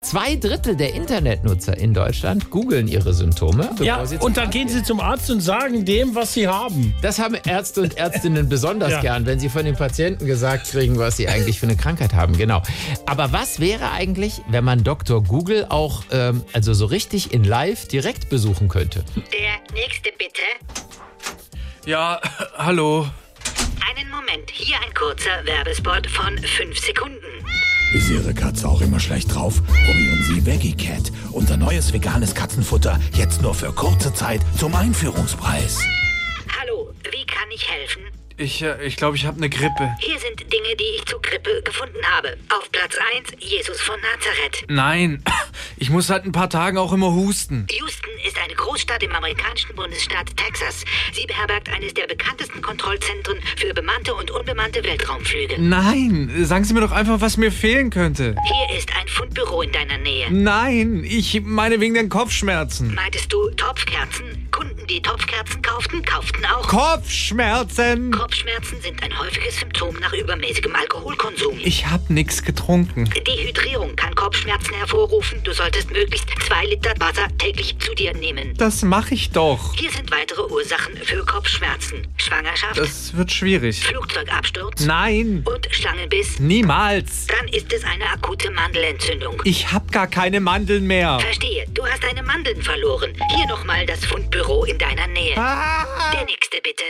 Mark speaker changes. Speaker 1: Zwei Drittel der Internetnutzer in Deutschland googeln ihre Symptome.
Speaker 2: Ja,
Speaker 1: bevor sie zum
Speaker 2: und dann
Speaker 1: Arzt
Speaker 2: gehen sie zum Arzt und sagen dem, was sie haben.
Speaker 1: Das haben Ärzte und Ärztinnen besonders
Speaker 2: Ja.
Speaker 1: gern, wenn sie von den Patienten gesagt kriegen, was sie eigentlich für eine Krankheit haben. Genau. Aber was wäre eigentlich, wenn man Dr. Google auch ähm, also so richtig in Live direkt besuchen könnte?
Speaker 3: Der nächste bitte.
Speaker 4: Ja, hallo.
Speaker 3: Einen Moment, hier ein kurzer Werbespot von 5 Sekunden.
Speaker 5: Ist Ihre Katze auch immer schlecht drauf? Probieren Sie Veggie Cat, unser neues veganes Katzenfutter, jetzt nur für kurze Zeit zum Einführungspreis.
Speaker 3: Hallo, wie kann ich helfen?
Speaker 4: Ich äh, ich, glaube, ich habe eine Grippe.
Speaker 3: Hier sind Dinge, die ich zu Grippe gefunden habe. Auf Platz 1 Jesus von Nazareth.
Speaker 4: Nein, ich muss seit ein paar Tagen auch immer husten.
Speaker 3: Houston ist eine Großstadt im amerikanischen Bundesstaat Texas. Sie beherbergt eines der bekanntesten Kontrollzentren für bemannte und unbemannte Weltraumflüge.
Speaker 4: Nein, sagen Sie mir doch einfach, was mir fehlen könnte.
Speaker 3: Hier ist ein Fundbüro in deiner Nähe.
Speaker 4: Nein, ich meine wegen den Kopfschmerzen.
Speaker 3: Meintest du Topfkerzen? Kunden, die Topfkerzen kauften, kauften auch.
Speaker 4: Kopfschmerzen!
Speaker 3: Kopfschmerzen sind ein häufiges Symptom nach übermäßigem Alkoholkonsum.
Speaker 4: Ich hab nix getrunken.
Speaker 3: Dehydrierung kann Kopfschmerzen hervorrufen. Du solltest möglichst zwei Liter Wasser täglich zu dir nehmen.
Speaker 4: Das mache ich doch.
Speaker 3: Hier sind weitere Ursachen für Kopfschmerzen. Schwangerschaft,
Speaker 4: Das wird schwierig.
Speaker 3: Flugzeugabsturz
Speaker 4: Nein,
Speaker 3: und Schlangenbiss.
Speaker 4: niemals.
Speaker 3: Dann ist es eine akute Mandelentzündung.
Speaker 4: Ich hab gar keine Mandeln mehr.
Speaker 3: Verstehe, du hast deine Mandeln verloren. Hier nochmal das Fundbüro in deiner Nähe.
Speaker 4: Ah!
Speaker 3: Der nächste bitte.